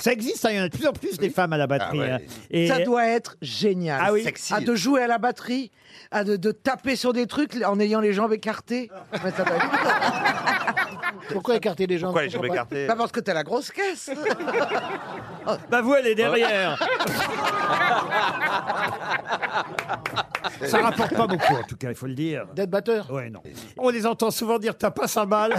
Ça existe, hein, il y en a de plus en plus des femmes à la batterie. ouais. hein. Et- Ah Ça doit être génial. Ah oui. Sexy. Ah, de jouer à la batterie, à de, de taper sur des trucs en ayant les jambes écartées. Mais ça doit être- Ah. Pourquoi écarter les gens Pourquoi les jambes écartées Pas Bah, parce que t'as la grosse caisse. Bah vous, elle est derrière. Ça rapporte pas beaucoup, en tout cas, il faut le dire. D'être batteur Ouais, non. On les entend souvent dire t'as pas sa balle.